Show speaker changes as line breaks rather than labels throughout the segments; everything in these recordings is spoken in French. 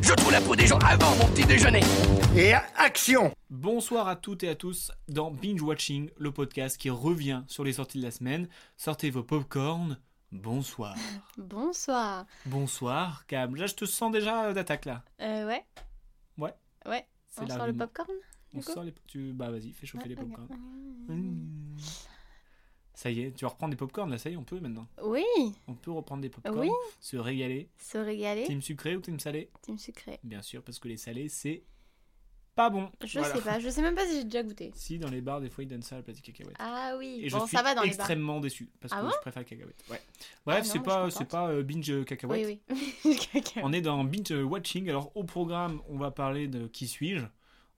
Je trouve la peau des gens avant mon petit déjeuner.
Et action
Bonsoir à toutes et à tous dans Binge Watching, le podcast qui revient sur les sorties de la semaine. Sortez vos popcorns. Bonsoir.
Bonsoir.
Bonsoir, Cam. Là, je te sens déjà d'attaque là.
Euh, ouais.
Ouais.
Ouais. On sort le popcorn
On
du coup
sort les. Tu... Bah, vas-y, fais chauffer les popcorns. Mmh. Ça y est, tu vas reprendre des popcorns là, ça y est, on peut maintenant.
Oui.
On peut reprendre des popcorns,
Oui.
se régaler.
Se régaler.
Team sucré ou team salé
Team sucré.
Bien sûr, parce que les salés, c'est pas bon.
Je
Voilà.
sais pas, je sais même pas si j'ai déjà goûté.
Si, dans les bars, des fois, ils donnent ça à la petite cacahuète.
Ah oui,
Et
bon,
je suis
ça va dans les bars.
extrêmement déçu parce
Ah
que
bon Ah
je préfère la cacahuète. Ouais. Bref,
non,
c'est
je
pas,
suis
c'est pas euh, binge cacahuète.
Oui, oui. Cacahuète.
On est dans binge watching. Alors au programme, on va parler de qui suis-je.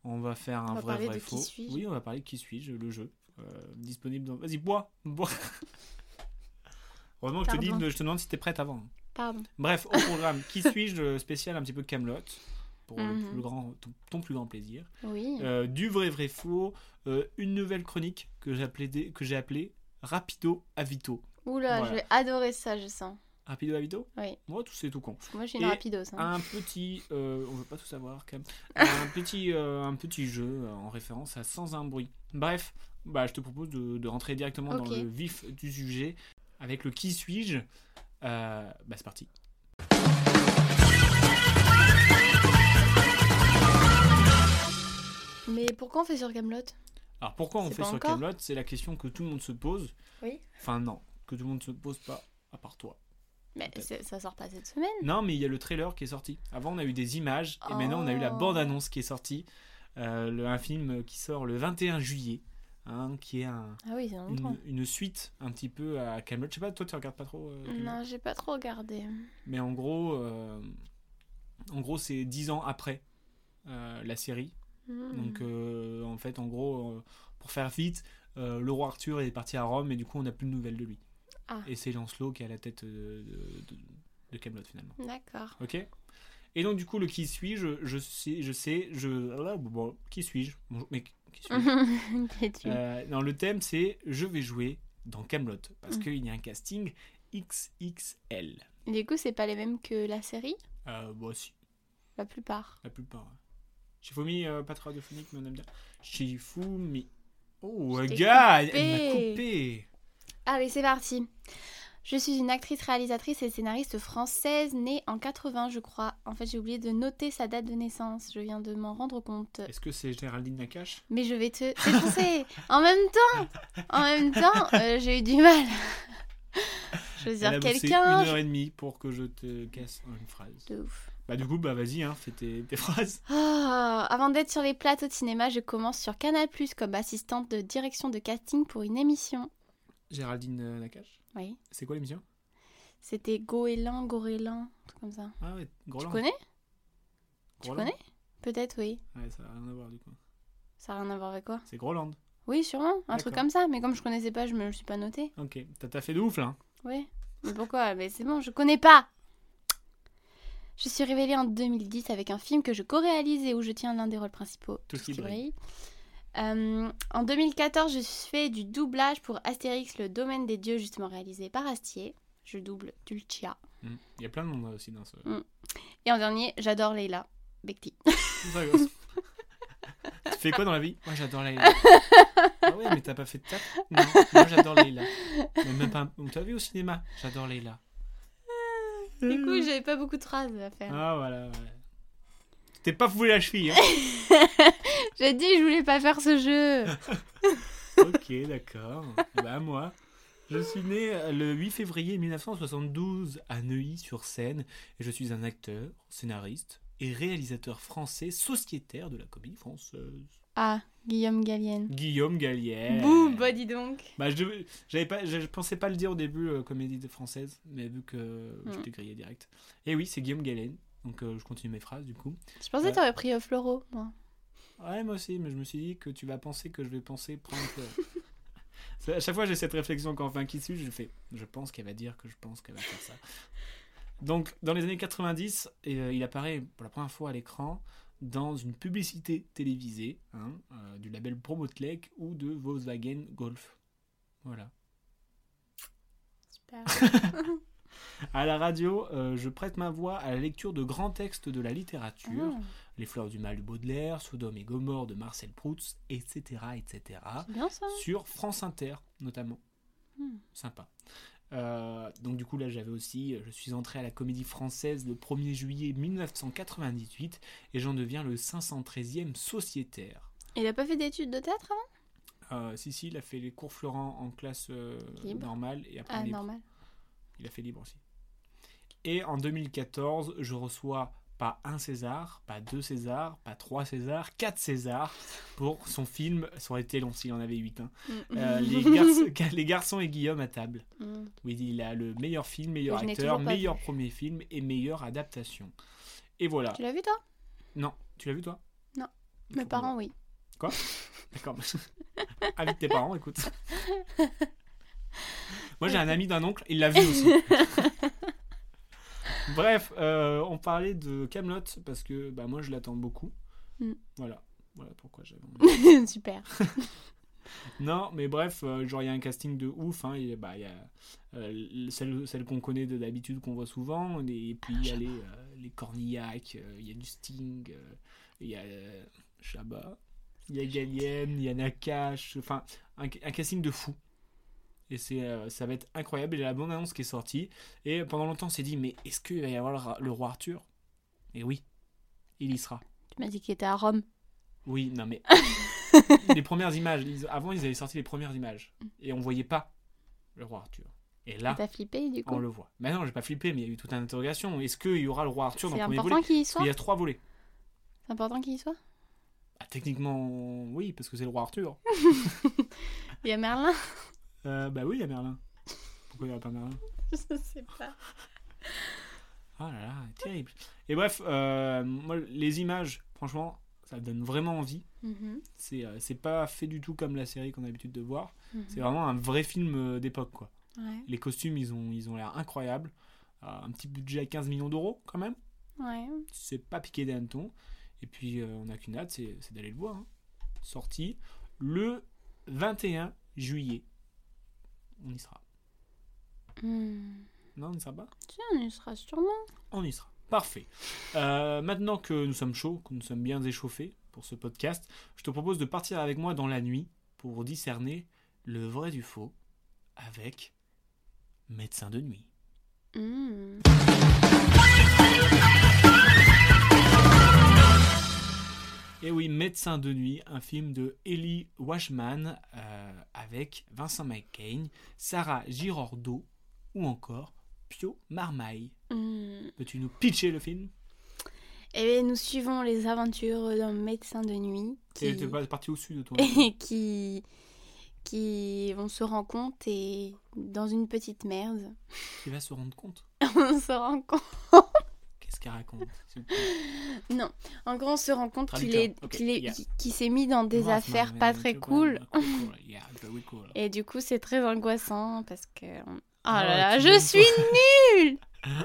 On va faire un
va
vrai
parler
vrai
de qui
faux.
suis-je.
oui, on va parler de qui suis-je, le jeu euh, disponible dans. Vas-y, bois, bois. Heureusement, que je te dis,
Pardon.
je te demande si t'es prête avant.
Pardon.
Bref, au programme, qui suis-je le spécial un petit peu Camelot pour le
Mhm.
plus grand, ton, ton plus grand plaisir.
Oui.
Euh, du vrai vrai faux, euh, une nouvelle chronique que j'appelais des- que j'ai appelée Rapido Avito.
Oula,
voilà.
je vais adorer ça, je sens.
Rapido Avito
Oui.
Moi, tout c'est tout con.
Parce que moi, j'ai une
Et
rapidos. hein.
Un petit, euh, on veut pas tout savoir quand même. un petit, euh, un petit jeu euh, en référence à sans un bruit. Bref, bah je te propose de, de rentrer directement
Ok.
dans le vif du sujet avec le qui suis-je. Euh, bah c'est parti.
Mais pourquoi on fait sur Camelot
Alors pourquoi on
C'est
fait
pas
sur
encore
Camelot C'est la question que tout le monde se pose.
Oui.
Enfin non, que tout le monde se pose pas à part toi.
Mais
Peut-être.
c'est- ça sort pas cette semaine.
Non, mais il y a le trailer qui est sorti. Avant, on a eu des images et maintenant, on a eu la
Oh.
bande-annonce qui est sortie. Euh, le- un film qui sort le 21 juillet, hein, qui est un-
Ah oui, c'est dans longtemps.
une, une suite un petit peu à Camelot. Je sais pas, toi, tu regardes pas trop. euh, Camelot
Non, j'ai pas trop regardé.
Mais en gros, euh, en gros, c'est 10 ans après euh, la série.
Hmm.
Donc, euh, en fait, en gros, euh, pour faire vite, euh, le roi Arthur est parti à Rome et du coup, on n'a plus de nouvelles de lui.
Ah.
Et c'est Lancelot qui est à la tête euh, de, de, de Camelot finalement.
D'accord.
Ok Et donc, du coup, le qui suis-je Je sais, je sais, je. ah, Bon, qui suis-je Bonjour, mais qui suis-je
Mhm. Qui es-tu
Euh, Non, le thème, c'est Je vais jouer dans Camelot. Parce
Mhm.
qu'il y a un casting XXL.
Du coup, c'est pas les mêmes que la série
Euh, bon, si,
La plupart.
la plupart. Shifumi, euh, pas très radiophonique, mais on aime bien. Shifumi. Oh,
Je t'ai
regarde Elle m'a
coupé.
coupé
Allez, c'est parti. Je suis une actrice, réalisatrice et scénariste française née en 80, je crois. En fait, j'ai oublié de noter sa date de naissance. Je viens de m'en rendre compte.
Est-ce que c'est Géraldine Nakache
Mais je vais te défoncer. en même temps, en même temps, euh, j'ai eu du mal. je veux
Elle a
dire,
bossé
quelqu'un.
une heure et demie pour que je te casse une phrase.
De ouf.
Bah, du coup, bah, vas-y, hein, fais tes, tes phrases.
Ah, avant d'être sur les plateaux de cinéma, je commence sur Canal+ comme assistante de direction de casting pour une émission.
Géraldine euh, Nakache
Oui,
C'est quoi l'émission
c'était Goéland, Gorélan, un truc comme ça.
Ah ouais, Groland.
Tu connais Tu
Groland.
connais Peut-être, oui.
Ouais, ça n'a rien à voir du coup.
Ça n'a rien à voir avec quoi
C'est Groland.
Oui, sûrement, un truc
D'accord.
comme ça. Mais comme je connaissais pas, je me le suis pas noté.
Ok, t'as t'as fait de ouf là.
Oui. Mais pourquoi Mais c'est bon, je connais pas. Je suis révélée en 2010 avec un film que je co-réalise et où je tiens l'un des rôles principaux.
Tout ce qui brille.
Euh, en 2014, je fais du doublage pour Astérix, le domaine des dieux, justement réalisé par Astier. Je double Dulcia.
Il y a plein de monde là, aussi dans ce.
Et en dernier, j'adore Leila Bekti.
Ça gosse. tu fais quoi dans la vie Moi j'adore Leila. ah ouais, mais t'as pas fait de taf Non, moi j'adore Leila. Mais même pas. un- T'as vu au cinéma J'adore Leila.
du coup, j'avais pas beaucoup de phrases à faire.
Euh. Ah voilà, ouais. T'es pas foulé la cheville. Hein
J'ai dit, je voulais pas faire ce jeu.
ok, d'accord. Bah moi. Je suis né euh, le 8 février 1972 à Neuilly-sur-Seine et je suis un acteur, scénariste et réalisateur français sociétaire de la comédie française.
Ah, Guillaume Gallienne.
Guillaume Gallière.
Boum, bah dis donc.
Bah, je, j'avais pas, je, je pensais pas le dire au début, euh, comédie de française, mais vu que je
Mm.
t'ai grillé direct. Et oui, c'est Guillaume Gallen. Donc euh, je continue mes phrases du coup.
Je pensais
Ouais.
que t'aurais pris euh, Floro, moi.
Ouais, moi aussi, mais je me suis dit que tu vas penser que je vais penser prendre. euh, C'est- À chaque fois, j'ai cette réflexion quand enfin qui suit, je fais je pense qu'elle va dire que je pense qu'elle va faire ça. Donc, dans les années 90, euh, il apparaît pour la première fois à l'écran dans une publicité télévisée hein, euh, du label Promotlec ou de Volkswagen Golf. Voilà.
Super. Ah,
À la radio, euh, je prête ma voix à la lecture de grands textes de la littérature,
Ah,
Les Fleurs du Mal de Baudelaire, Sodome et Gomorre de Marcel Proust, etc., etc.
c'est bien ça.
sur France Inter notamment.
Hmm.
Sympa. Euh, donc du coup là j'avais aussi, euh, je suis entré à la comédie française le 1er juillet 1998 et j'en deviens le 513e sociétaire.
Il a pas fait d'études de théâtre hein avant
Euh, si si, il a fait les cours Florent en classe euh,
Libre.
normale et après
Ah,
libre.
normal.
il a fait libre aussi. Et en 2014 je reçois pas un César, pas deux Césars, pas trois Césars, quatre Césars pour son film, ça aurait été long s'il en avait huit. hein.
Mm.
Euh, les, garçons, les garçons et Guillaume à table.
Hmm.
Oui, il a le meilleur film, meilleur
Je n'ai
acteur,
toujours pas
meilleur premier film et meilleure adaptation. Et voilà.
Tu l'as vu, toi
Non, tu l'as vu toi
Non.
Ah. Il
Mes
faut
parents, oui.
qu'on- D'accord. Invite tes parents, écoute. Moi, j'ai un ami d'un oncle, il l'a vu aussi. Bref, euh, on parlait de Camelot parce que bah, moi, je l'attends beaucoup.
Mm.
Voilà. Voilà pourquoi j'avais. envie.
Super.
Non, mais bref, euh, genre il y a un casting de ouf. Hein, et, bah, il y a euh, celle, celle qu'on connaît de- d'habitude, qu'on voit souvent. Et puis il y a les, euh, les Cornillac, euh, il y a du Sting, euh, il y a euh, Chabat, il y a Galien, il y a Nakash. Enfin, un, un casting de fou. Et c'est, euh, ça va être incroyable. Il y a la bonne annonce qui est sortie. Et pendant longtemps, on s'est dit mais est-ce qu'il va y avoir le ra- le roi Arthur Et oui, il y sera.
Tu m'as dit qu'il était à Rome.
Oui, non mais les premières images. ils- Avant, ils avaient sorti les premières images et on voyait pas le roi Arthur. Et là,
T'as flippé, Bah, du
Ah. on
coup.
le voit. Mais non, j'ai pas flippé, mais il y a eu toute une interrogation. Est-ce qu'il y aura le roi Arthur dans
C'est
le premier
important
volet
qu'il y
Parce qu'il
soit
y a trois volets.
C'est important qu'il y soit
Ah, techniquement, oui, parce que c'est le roi Arthur.
Il y a Merlin
Euh, bah oui, il y a Merlin. Pourquoi il n'y a pas Merlin
Je sais pas.
Ah là là, terrible. Et bref, euh, moi, les images, franchement, ça donne vraiment envie.
Mhm.
C'est euh, c'est pas fait du tout comme la série qu'on a l'habitude de voir.
Mhm.
C'est vraiment un vrai film euh, d'époque, quoi.
Ouais.
Les costumes, ils ont ils ont l'air incroyables. Euh, un petit budget à 15 millions d'euros, quand même.
Ouais.
C'est pas piqué d'un ton. Et puis, euh, on n'a qu'une hâte, c'est c'est d'aller le voir. hein. Sorti le 21 juillet. On y sera.
Hmm.
Non, on y sera pas
Tiens, on y sera sûrement.
On y sera. Parfait. Euh, maintenant que nous sommes chauds, que nous sommes bien échauffés pour ce podcast, je te propose de partir avec moi dans la nuit pour discerner le vrai du faux avec Médecin de nuit.
Hmm.
Et Eh oui, Médecin de nuit, un film de Ellie Washman euh, avec Vincent McCain, Sarah Girordeau ou encore Pio Marmaille.
Hmm.
Peux-tu nous pitcher le film
Eh bien, nous suivons les aventures d'un médecin de nuit
Tu
qui,
n'es pas parti au sud de toi.
qui, qui, on se rend compte et dans une petite merde,
Qui va se rendre compte
on se rend compte.
Qu'est-ce qu'elle raconte s'il vous plaît
En gros, on se rend compte qu'il est,
Traducteur, ok,
qu'il est-
yeah.
qu'il s'est mis dans des
Brave
affaires
man,
pas
man,
très
man,
cool.
cool, cool, yeah, very cool.
Et du coup, c'est très angoissant parce que. on- Oh
euh,
là
Ah,
là,
tu
je
m'aimes,
suis nulle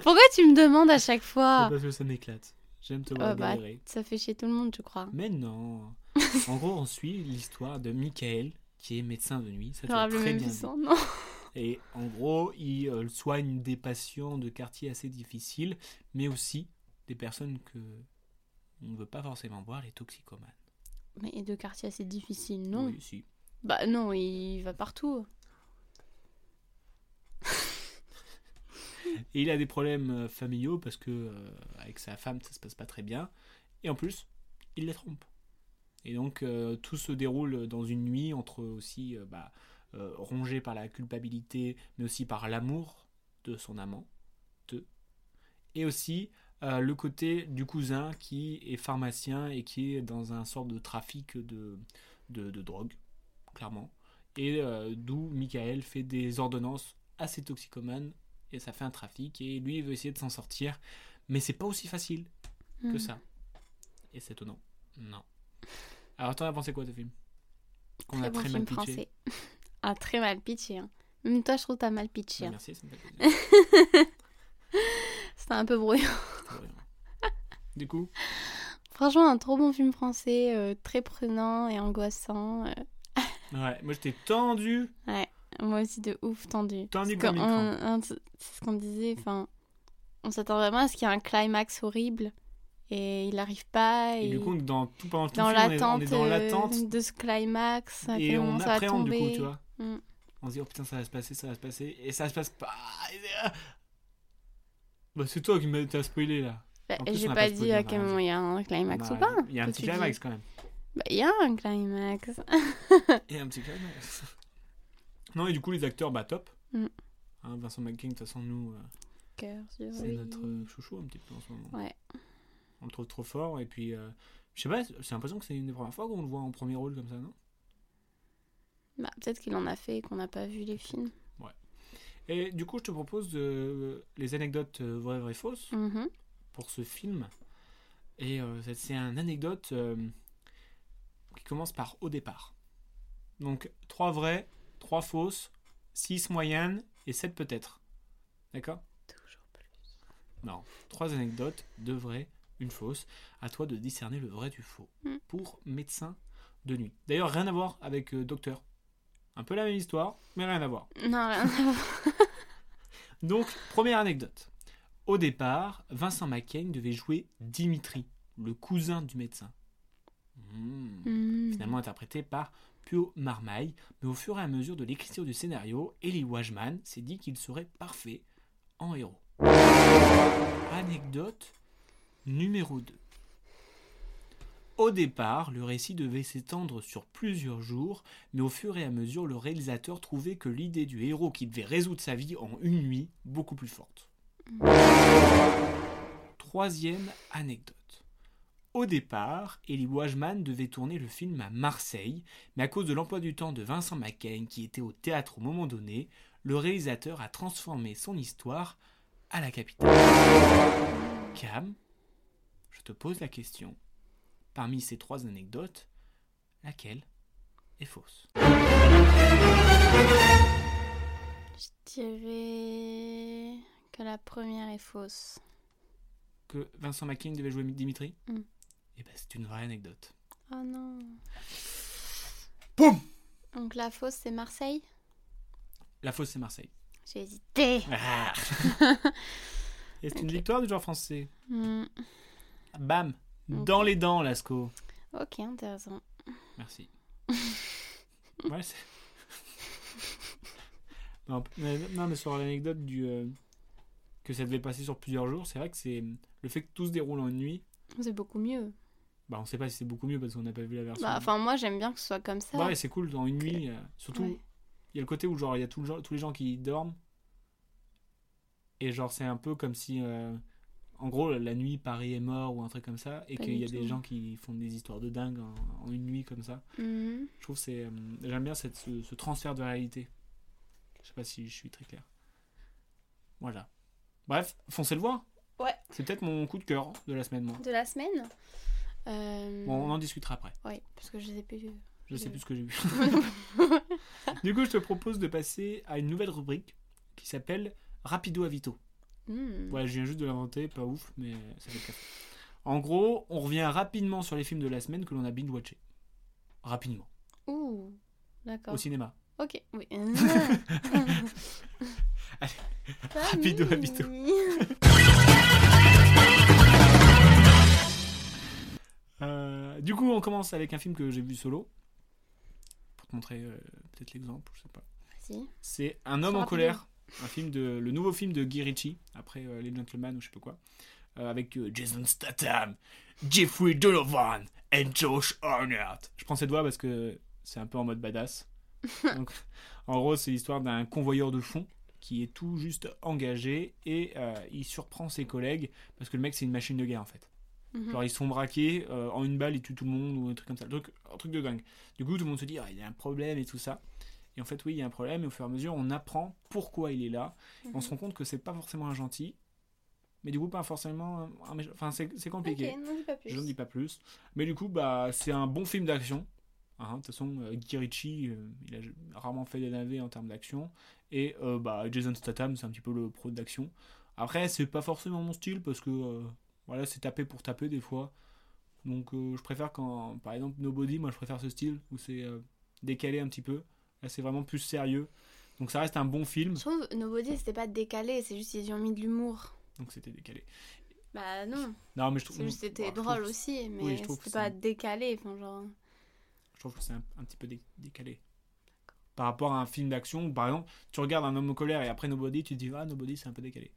Pourquoi tu me demandes à chaque fois
Parce que ça m'éclate. J'aime te
ah. Oh
voir
bah,
galérer.
ça fait chier tout le monde, je crois.
Mais non. En gros, on suit l'histoire de Michael, qui est médecin de nuit. Ça, tu l'as
J'aurais le
très
même
bien dit.
son, non
Et en gros, il euh, soigne des patients de quartiers assez difficiles, mais aussi des personnes que on ne veut pas forcément voir, les toxicomanes.
Mais de quartier assez difficile, non
Oui, si.
Bah non, il va partout.
Et il a des problèmes euh, familiaux parce que euh, avec sa femme, ça se passe pas très bien. Et en plus, il la trompe. Et donc euh, tout se déroule dans une nuit entre aussi euh, bah, euh, rongé par la culpabilité, mais aussi par l'amour de son amant, de, et aussi euh, le côté du cousin qui est pharmacien et qui est dans un sorte de trafic de, de, de drogue, clairement. Et euh, d'où Michael fait des ordonnances assez toxicomanes et ça fait un trafic et lui il veut essayer de s'en sortir mais c'est pas aussi facile que
Hmm.
ça et c'est étonnant non alors t'en as pensé quoi de film qu'on
Très
a
bon
très
film
mal pitché
français. Ah, très mal pitché. hein. Même toi, je trouve que t'as mal pitché. hein.
Merci, ça me fait plaisir.
C'était un peu brouillon.
Du coup,
Franchement, un trop bon film français, euh, très prenant et angoissant. euh,
ouais, moi j'étais tendu.
moi aussi, de ouf, tendu.
Tendu
Parce
comme
qu'on-
l'écran.
un- C'est ce qu'on disait,
Mm.
enfin... On s'attend vraiment à ce qu'il y ait un climax horrible. Et il n'arrive pas.
Et,
Et,
du coup, dans tout pendant tout
dans
le film, on est- on
l'attente
est, dans
euh,
l'attente
de ce climax, à
et
quel
on
moment ça va
appréhende du coup,
tomber.
tu vois.
Mm.
On se dit oh putain ça va se passer, ça va se passer et ça se passe pas. Et c'est- ah. Bah c'est toi qui m'as t'as spoilé là.
Bah,
En plus,
J'ai
on n'a
pas,
pas
dit
spoilé,
à
on a
quel
rien
moment il y a un climax
Bah,
ou pas.
Il y a un
que
petit
tu dis.
climax quand même.
Bah, Il y a un climax.
Il y a un petit climax. non et du coup les acteurs bah top.
Mm.
Hein, Vincent McKing de toute façon nous euh,
Cœur sur
c'est
lui.
notre euh, chouchou un petit peu en ce moment.
Ouais.
On le trouve trop fort et puis euh, je sais pas j'ai l'impression que c'est une des premières fois qu'on le voit en premier rôle comme ça non
Bah, Peut-être qu'il en a fait et qu'on n'a pas vu les films.
Et du coup je te propose euh, les anecdotes euh, vraies vraies fausses.
Mhm.
pour ce film. Et euh, c'est- c'est une anecdote euh, qui commence par au départ. Donc 3 vraies, 3 fausses, 6 moyennes et 7 peut-être. D'accord
Toujours plus.
Non. 3 anecdotes, 2 vraies, 1 fausse. À toi de discerner le vrai du faux.
Mm.
Pour médecin de nuit. D'ailleurs, rien à voir avec euh, docteur. Un peu la même histoire, mais rien à voir.
Non, rien à voir.
Donc, première anecdote. Au départ, Vincent McCain devait jouer Dimitri, le cousin du médecin. Hmm.
Mhm.
Finalement interprété par Pio Marmaille, mais au fur et à mesure de l'écriture du scénario, Eli Wajman s'est dit qu'il serait parfait en héros. Anecdote numéro 2. Au départ, le récit devait s'étendre sur plusieurs jours, mais au fur et à mesure, le réalisateur trouvait que l'idée du héros qui devait résoudre sa vie en une nuit beaucoup plus forte. Troisième anecdote. Au départ, Eli Wajman devait tourner le film à Marseille, mais à cause de l'emploi du temps de Vincent McCain qui était au théâtre au moment donné, le réalisateur a transformé son histoire à la capitale. Cam, je te pose la question. Parmi ces trois anecdotes, laquelle est fausse
Je dirais que la première est fausse.
que Vincent McKing devait jouer Dimitri
Mm.
Et ben c'est une vraie anecdote.
Oh non.
Poum
Donc la fausse, c'est Marseille
La fausse, c'est Marseille. Ah.
J'ai hésité.
Et c'est une victoire du joueur français.
Hmm.
Bam Dans les dents, Lasco.
Ok, intéressant.
Merci. ouais, c'est... non, mais, non, mais sur l'anecdote du... euh, que ça devait passer sur plusieurs jours, c'est vrai que c'est... Le fait que tout se déroule en une nuit,
C'est beaucoup mieux.
bah on sait pas si c'est beaucoup mieux parce qu'on n'a pas vu la version.
Bah, Enfin, moi, j'aime bien que ce soit comme ça.
ouais, c'est cool, dans une nuit, euh, surtout...
Ouais.
Il y a le côté où genre il y a tout le genre- tous les gens qui dorment. Et genre c'est un peu comme si euh, en gros la nuit Paris est mort ou un truc comme ça et
Pas
qu'il
du
y a des
tout.
gens qui font des histoires de dingue en, en une nuit comme ça.
Mhm.
Je trouve que c'est euh, j'aime bien cette, ce, ce transfert de réalité. Je sais pas si je suis très clair. Voilà. Bref, foncez le voir.
Ouais.
C'est peut-être mon coup de cœur de la semaine moi.
De la semaine Euh,
Bon, on en discutera après.
Ouais, parce que je sais plus.
Je sais
Je-
plus ce que j'ai vu. du coup, je te propose de passer à une nouvelle rubrique qui s'appelle Rapido à Vito.
Hmm.
Ouais, je viens juste de l'inventer, pas ouf, mais ça fait café. En gros, on revient rapidement sur les films de la semaine que l'on a binge-watché. Rapidement.
Ouh, d'accord.
Au cinéma.
Ok, oui.
rapido, rapido. Euh, du coup, on commence avec un film que j'ai vu solo. Pour te montrer euh, peut-être l'exemple, je sais pas.
Vas-y.
C'est Un homme en
Rapido.
colère. Un film de, le nouveau film de Guy Ritchie, après euh, Les Gentlemen ou je sais pas quoi. euh, avec euh, Jason Statham, Jeffrey Donovan et Josh Arnott. Je prends cette voix parce que c'est un peu en mode badass. Donc, en gros, c'est l'histoire d'un convoyeur de fond qui est tout juste engagé et euh, il surprend ses collègues parce que le mec, c'est une machine de guerre en fait.
Mhm.
Genre ils se font braquer, euh, en une balle ils tuent tout le monde ou un truc comme ça, un truc, un truc de dingue. Du coup tout le monde se dit Ah, il y a un problème et tout ça. Et en fait oui il y a un problème et au fur et à mesure on apprend pourquoi il est là. Et on se rend compte que c'est pas forcément un gentil, mais du coup pas forcément un- un méchant. Enfin c'est c'est
Mhm. Ok,
compliqué.
n'en dis pas plus.
Je ne dis pas plus. Mais du coup bah c'est un bon film d'action, Hein, De toute façon, euh, Guy Ritchie, euh, il a j- rarement fait des navets en termes d'action. Et euh, bah, Jason Statham, c'est un petit peu le pro d'action. Après, c'est pas forcément mon style parce que euh, voilà, c'est taper pour taper des fois. Donc euh, je préfère quand, par exemple, Nobody, moi je préfère ce style où c'est euh, décalé un petit peu. Là, c'est vraiment plus sérieux. Donc ça reste un bon film.
Je trouve Nobody, c'était pas décalé, c'est juste qu'ils y ont mis de l'humour.
Donc c'était décalé.
Bah non,
Non, mais je trouve.
c'est juste c'était
Ouah, je trouve
drôle
que-
aussi, mais
oui, je trouve que
c'était pas
c'est-
décalé. Enfin, genre...
Je trouve que c'est un, un petit peu dé- décalé. Par rapport à un film d'action, où, par exemple, tu regardes un homme en colère et après Nobody, tu te dis ah Nobody c'est un peu décalé.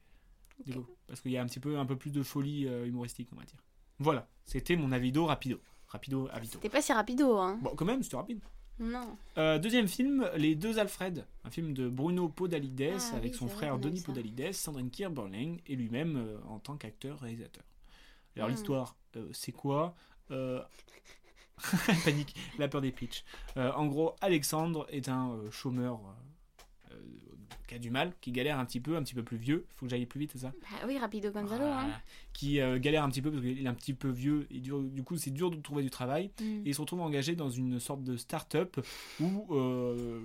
Du coup, parce qu'il y a un petit peu un peu plus de folie euh, humoristique on va dire. Voilà, c'était mon avido rapido, rapido avito.
C'était pas si rapido, hein.
Bon quand même c'était rapide.
Non.
Euh, deuxième film, Les Deux Alfred, un film de Bruno Podalides
Ah
avec
oui,
son
c'est vrai
frère
qu'on a vu
Denis
ça.
Podalides, Sandrine Kierberling et lui-même euh, en tant qu'acteur-réalisateur. Alors
Hmm.
l'histoire, euh, c'est quoi Euh, Panique, la peur des pitchs. Euh, en gros, Alexandre est un euh, chômeur euh, euh, qui a du mal, qui galère un petit peu, un petit peu plus vieux. Faut que j'aille plus vite, c'est ça
Bah oui, rapido Gonzalo,
Voilà.
hein.
Qui euh, galère un petit peu parce qu'il est un petit peu vieux et dur- du coup, c'est dur de trouver du travail.
Mm.
Et il se retrouve engagé dans une sorte de start-up où, euh,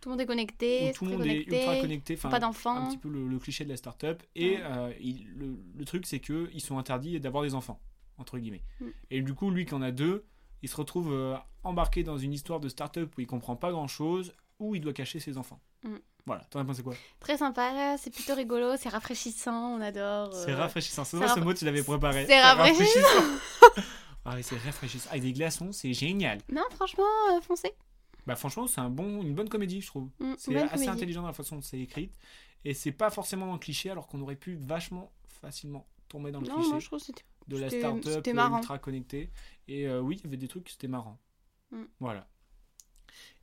Tout le monde est
où
connecté,
tout le
très
monde
connecté,
est ultra connecté. Enfin,
pas
un
d'enfants.
petit peu le, le cliché de la start-up. Et euh, il- le, le truc, c'est que ils sont interdits d'avoir des enfants, entre guillemets.
Mm.
Et du coup, lui qui en a deux, il se retrouve euh, embarqué dans une histoire de start-up où il comprend pas grand-chose, où il doit cacher ses enfants.
Mm.
Voilà, t'en as pensé quoi
Très sympa, c'est plutôt rigolo, c'est rafraîchissant, on adore.
C'est
euh,
rafraîchissant. C'est
c'est
ça, ce
raffra-
mot, tu l'avais préparé.
c'est rafraîchissant.
ah oui, c'est rafraîchissant. Avec des glaçons, c'est génial.
Non, franchement, euh, foncez.
Bah franchement, c'est un bon, une bonne comédie, je trouve.
Mm,
C'est
bonne
assez
comédie.
intelligent dans la façon dont c'est écrit. Et c'est pas forcément un cliché, alors qu'on aurait pu vachement facilement tomber dans le
Non,
cliché
moi je trouve que c'était.
de la
c'était-
start-up euh,
c'était marrant.
ultra connectée. Et euh, oui, il y avait des trucs, c'était marrant.
Mm.
Voilà.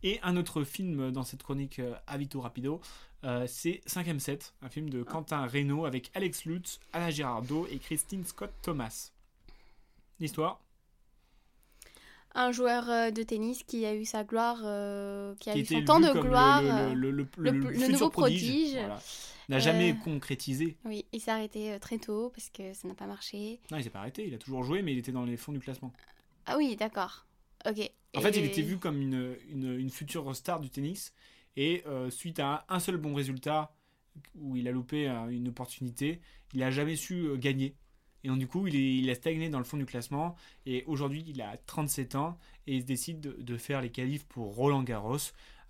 Et un autre film dans cette chronique euh, Avito Rapido, euh, c'est 5ème set, un film de
Ah.
Quentin Reynaud avec Alex Lutz, Anna Girardot et Christine Scott Thomas. L'histoire
Un joueur euh, de tennis qui a eu sa gloire, euh, qui a eu son
vu
temps de
comme le-
gloire.
le,
euh,
le- le- le-
le-
le
le
futur
nouveau prodige,
voilà, n'a jamais
euh,
concrétisé.
Oui, il s'est arrêté euh, très tôt parce que ça n'a pas marché.
Non, il s'est pas arrêté, il a toujours joué, mais il était dans les fonds du classement.
Ah oui, d'accord. Ok.
En fait, il était vu comme une, une, une future star du tennis. Et euh, suite à un seul bon résultat, où il a loupé euh, une opportunité, il n'a jamais su euh, gagner. Et donc, du coup, il, est- il a stagné dans le fond du classement. Et aujourd'hui, il a 37 ans et il se décide de, de faire les qualifs pour Roland Garros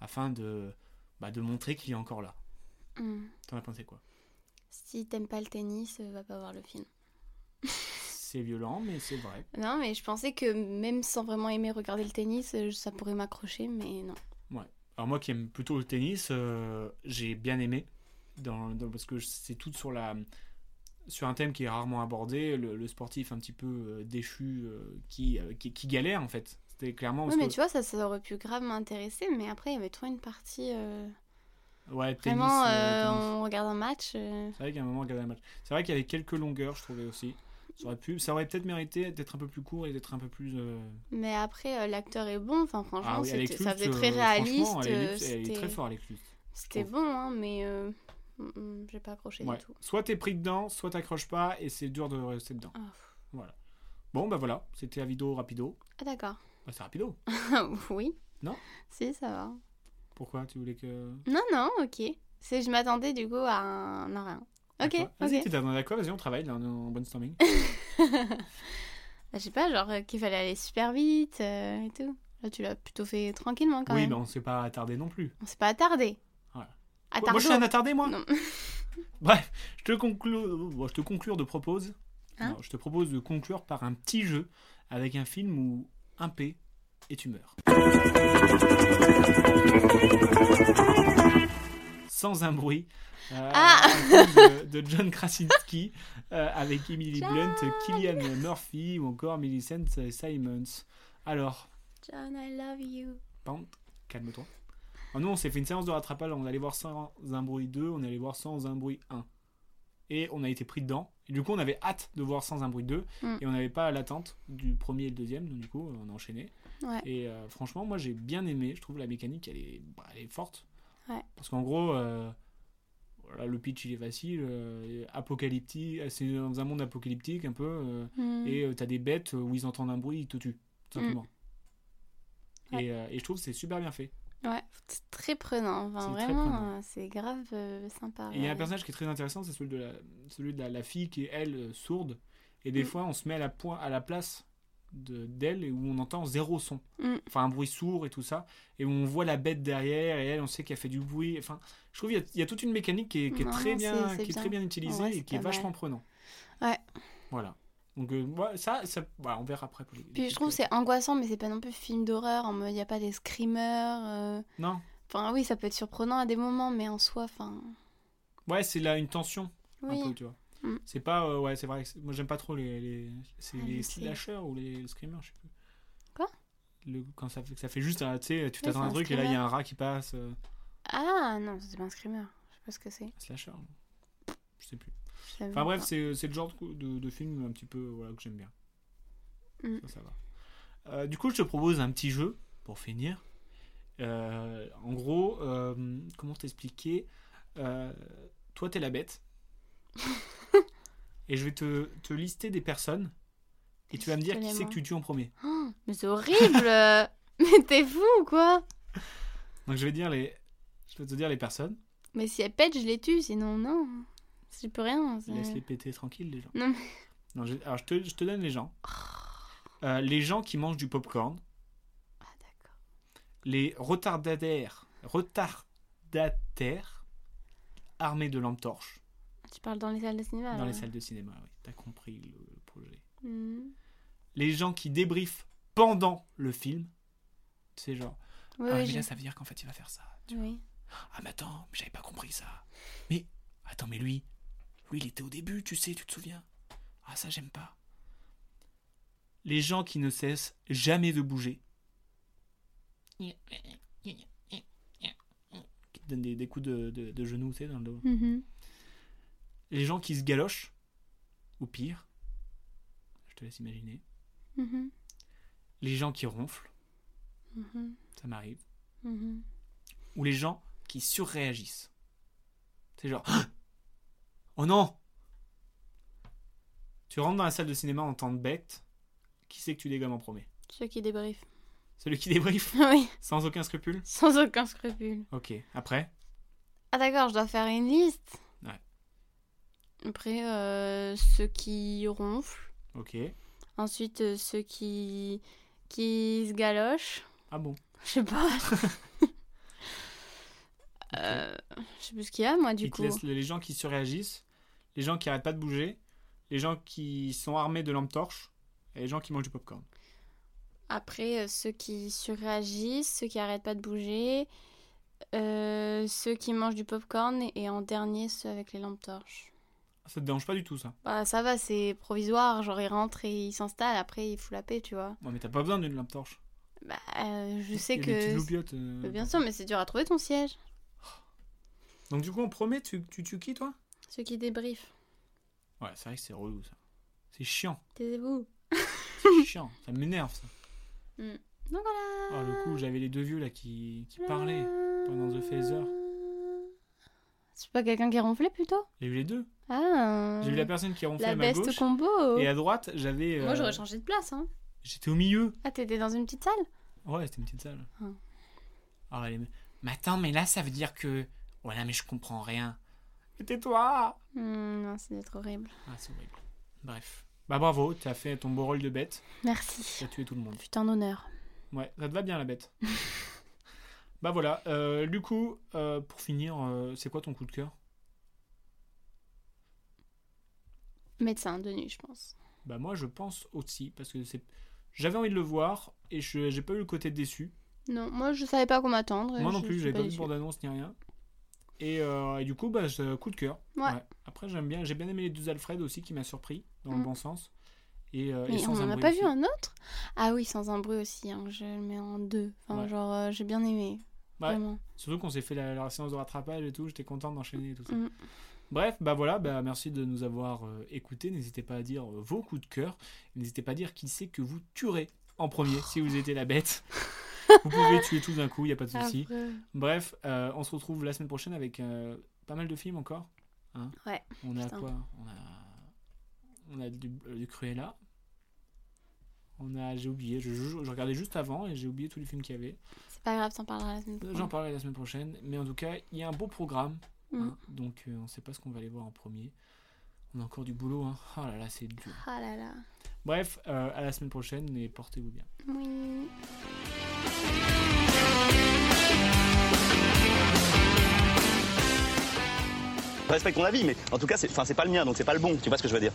afin de, bah, de montrer qu'il est encore là.
Hmm.
T'en as pensé quoi
Si t'aimes pas le tennis, euh, va pas voir le film.
C'est violent, mais c'est vrai.
Non, mais je pensais que même sans vraiment aimer regarder le tennis, euh, ça pourrait m'accrocher, mais non.
Alors moi qui aime plutôt le tennis, euh, j'ai bien aimé dans, dans- parce que c'est tout sur la sur un thème qui est rarement abordé, le, le sportif un petit peu euh, déchu euh, qui, euh, qui qui galère en fait. C'était clairement
Oui,
parce
mais
que-
tu vois, ça, ça aurait pu grave m'intéresser, mais après, il y avait trop une partie. euh,
ouais, tennis,
Vraiment,
euh,
euh,
tennis.
on regarde un match. euh,
C'est vrai qu'à un moment, on regardait un match. C'est vrai qu'il y avait quelques longueurs, je trouvais aussi. Ça aurait pu, ça aurait peut-être mérité d'être un peu plus court et d'être un peu plus. euh,
Mais après, euh, l'acteur est bon. Enfin, franchement,
Ah oui,
c'était-
Alex
ça
Lutz,
faisait très
euh, franchement,
réaliste. euh,
Alex Lutz, Elle est
c'était-
très fort, Alex Lutz.
C'était
trouve.
bon, hein, mais euh, mm, mm, j'ai pas accroché
Ouais.
du tout.
Soit t'es pris dedans, soit t'accroches pas, et c'est dur de rester dedans.
Ah.
Bon, bah voilà, c'était Avido Rapido.
Ah, d'accord.
Bah, c'est Rapido.
oui.
Non
Si, ça va.
Pourquoi Tu voulais que.
Non, non, ok. C'est, je m'attendais du coup à un. Non, rien. Ok,
D'accord. Vas-y,
ok.
t'es dans la quoi Vas-y, on travaille là, on est en brainstorming.
Bah, je sais pas, genre euh, qu'il fallait aller super vite euh, et tout. Là, tu l'as plutôt fait tranquillement quand
oui,
même.
bah on s'est pas attardé non plus.
On s'est pas attardé.
Voilà.
Attardé.
Moi, je suis un attardé, moi
Non.
Bref, je te, conclure, je te conclure de propose.
Hein
Non, je te propose de conclure par un petit jeu avec un film où un P et tu meurs. Sans un bruit. euh,
Ah
un film de, de John Krasinski euh, avec Emily
John
Blunt, Killian Murphy ou encore Millicent Simons. Alors,
John, I love you.
Pente, calme-toi. Alors nous, on s'est fait une séance de rattrapage. On allait voir sans un bruit 2, on allait voir sans un bruit 1. Et on a été pris dedans. Et du coup, on avait hâte de voir sans un bruit 2.
Mm.
Et on n'avait pas l'attente du premier et le deuxième. Donc, du coup, on a enchaîné.
Ouais.
Et euh, franchement, moi, j'ai bien aimé. Je trouve la mécanique, elle est, bah, elle est forte.
Ouais.
Parce qu'en gros, euh, voilà, le pitch, il est facile. euh, apocalyptique. C'est dans un monde apocalyptique, un peu. euh,
Hmm.
et euh, t'as des bêtes euh, où ils entendent un bruit, ils te tuent, tout simplement.
Mm. Ouais.
Et, euh, et je trouve que c'est super bien fait.
Ouais, c'est très prenant. Enfin,
C'est très
vraiment,
prenant.
euh, c'est grave euh, sympa.
Et il y a un
ouais.
personnage qui est très intéressant, c'est celui de la, celui de la, la fille qui est, elle, euh, sourde. Et des
Mm.
fois, on se met à la, point, à la place de- d'elle et où on entend zéro son.
Mm.
Enfin, un bruit sourd et tout ça. Et où on voit la bête derrière et elle, on sait qu'elle fait du bruit. Enfin, je trouve qu'il y a- il y, a toute une mécanique qui est, qui est
Non,
très,
c'est-
bien, qui
c'est
est
bien.
très bien utilisée
Ouais, c'est
et qui est
pas mal.
vachement prenant.
Ouais.
Voilà. Donc, euh, moi, ça, ça voilà, on verra après. pour les- les
Puis je
trucs,
trouve
euh,
que c'est angoissant, mais c'est pas non plus film d'horreur. En mode, il n'y a pas des screamers. euh,
Non.
Enfin, oui, ça peut être surprenant à des moments, mais en soi, enfin.
Ouais, c'est là une tension. un peu,
Oui.
tu vois.
Mm.
C'est pas. euh, ouais, c'est vrai. que c'est- Moi, j'aime pas trop les. les c'est
Ah, je
les
sais.
slashers ou les, les screamers, je sais plus.
Quoi
le, Quand ça fait, ça fait juste. un- Tu sais, tu
Oui,
t'attends à un
c'est un
truc et là, il y a un rat qui passe. euh,
Ah non, c'est pas un screamer. Je sais pas ce que c'est.
un slasher. Je sais plus.
Je savais
Enfin, bref,
pas.
c'est c'est le genre de, de, de film un petit peu voilà, que j'aime bien.
Mm.
Ça, ça va. Euh, du coup, je te propose un petit jeu pour finir. Euh, en gros, euh, comment t'expliquer Euh, Toi, t'es la bête. et je vais te, te lister des personnes. Et tu vas me dire qui c'est que
Absolument.
tu tues en premier.
Oh, mais c'est horrible euh. Mais t'es fou ou quoi
Donc, je vais, dire les, je vais te dire les personnes.
Mais si elle pète, je les tue, sinon non. Je peux rien. c'est-
Laisse les péter tranquille, les gens.
Non, mais- Oh.
Non, je- alors, je te, je te donne les gens. Euh, les gens qui mangent du popcorn.
Ah d'accord.
les retardataires, retardataires armés de lampes torches
Tu parles dans les salles de cinéma
dans
là.
les salles de cinéma. Oui, t'as compris le, le projet.
Mhm.
Les gens qui débriefent pendant le film, c'est genre.
Oui,
ah,
oui,
mais
je-
là, ça veut dire qu'en fait, il va faire ça.
oui.
Ah, mais attends, mais j'avais pas compris ça. Mais attends, mais lui, lui, il était au début, tu sais, tu te souviens. Ah, ça, j'aime pas. Les gens qui ne cessent jamais de bouger. Qui te donnent des, des coups de, de, de genoux, tu sais, dans le dos.
Mhm.
Les gens qui se galochent, ou pire. Je te laisse imaginer.
Mhm.
Les gens qui ronflent,
Mhm.
ça m'arrive.
Mhm.
ou les gens qui surréagissent. C'est genre Ah Oh non Tu rentres dans la salle de cinéma en tant que bête, qui c'est que tu dégommes en premier
Ceux qui débriefent.
Celui qui débriefe
oui,
sans aucun scrupule
sans aucun scrupule.
Ok, après
Ah d'accord, je dois faire une liste.
Ouais.
Après, euh, ceux qui ronflent.
Ok.
Ensuite, euh, ceux qui, qui se galochent.
Ah bon
Je sais pas. Euh, je sais plus ce qu'il y a, moi, du
Il te
coup.
laisse les gens qui surréagissent, les gens qui arrêtent pas de bouger, les gens qui sont armés de lampes torches et les gens qui mangent du popcorn.
Après, euh, ceux qui surréagissent, ceux qui arrêtent pas de bouger, euh, ceux qui mangent du popcorn et en dernier, ceux avec les lampes torches.
Ça te dérange pas du tout ça
Bah, ça va, c'est provisoire. Genre, ils rentrent et ils s'installent. Après, il fout la paix, tu vois.
Non mais t'as pas besoin d'une lampe torche.
Bah, euh, je sais
Il y a des petites
que.
loupiottes, euh,
Mais Bien sûr, mais c'est dur à trouver ton siège.
Donc du coup on promet, tu tu tues qui toi
Ceux qui débriefent.
Ouais, c'est vrai que c'est relou ça. C'est chiant.
Taisez-vous.
C'est chiant, ça m'énerve ça.
Mm.
Donc
Donc Mm.
voilà. le coup, j'avais les deux vieux là qui, qui parlaient. pendant The Phaser.
C'est pas quelqu'un qui ronflait plutôt
J'ai eu les deux.
Ah
J'ai eu la personne qui ronflait
la
à ma
best
gauche.
combo
Et à droite, j'avais. euh,
Moi j'aurais changé de place. Hein.
J'étais au milieu.
Ah, t'étais dans une petite salle
Ouais, c'était une petite salle.
Ah.
Ah, elle est- Mais attends, mais là, ça veut dire que. Ouais, là, mais je comprends rien. Mais tais-toi
Hmm, Non, c'est d'être horrible.
Ah, c'est horrible. Bref. Bah bravo, t'as fait ton beau rôle de bête.
Merci.
T'as tué tout le monde.
Putain d'honneur.
Ouais, ça te va bien la bête. bah voilà. euh, du coup, euh, pour finir, euh, c'est quoi ton coup de cœur
Médecin de nuit, je pense.
Bah moi je pense aussi parce que c'est j'avais envie de le voir et je j'ai pas eu le côté déçu.
Non, moi je savais pas quoi m'attendre. et
moi non
je
plus,
suis
j'avais pas vu de
déçue.
bande annonce ni rien. Et, euh, et du coup bah je- coup de cœur.
Ouais.
Après j'aime bien j'ai bien aimé les deux Alfred aussi qui m'a surpris dans le
Mm.
bon sens. Et, euh, et
Mais
sans
on
un
en a
bruit
pas
aussi.
vu un autre Ah oui, sans un bruit aussi. hein, Je le mets en deux. Enfin,
Ouais.
genre, euh, j'ai bien aimé.
Ouais.
Vraiment.
Surtout qu'on s'est fait la, la séance de rattrapage et tout, j'étais content d'enchaîner et tout ça.
Mm.
Bref, bah voilà, bah merci de nous avoir euh, écoutés. N'hésitez pas à dire euh, vos coups de cœur. N'hésitez pas à dire qui c'est que vous tuerez en premier si vous étiez la bête. vous pouvez tuer tout d'un coup, il n'y a pas de souci.
Affreux.
Bref, euh, on se retrouve la semaine prochaine avec euh, pas mal de films encore. hein.
Ouais,
On a
putain.
quoi On a, on a du, euh, du Cruella. On a, j'ai oublié, je, je- je regardais juste avant et j'ai oublié tous les films qu'il y avait.
C'est pas grave, t'en parleras la semaine prochaine.
J'en parlerai la semaine prochaine, mais en tout cas, il y a un beau programme,
Mm.
hein, donc euh, on sait pas ce qu'on va aller voir en premier. On a encore du boulot, hein. oh là là, c'est dur.
Ah là là.
Bref, euh, à la semaine prochaine et portez-vous bien.
Oui.
Je respecte ton avis, mais en tout cas, c'est enfin, c'est pas le mien, donc c'est pas le bon. Tu vois ce que je veux dire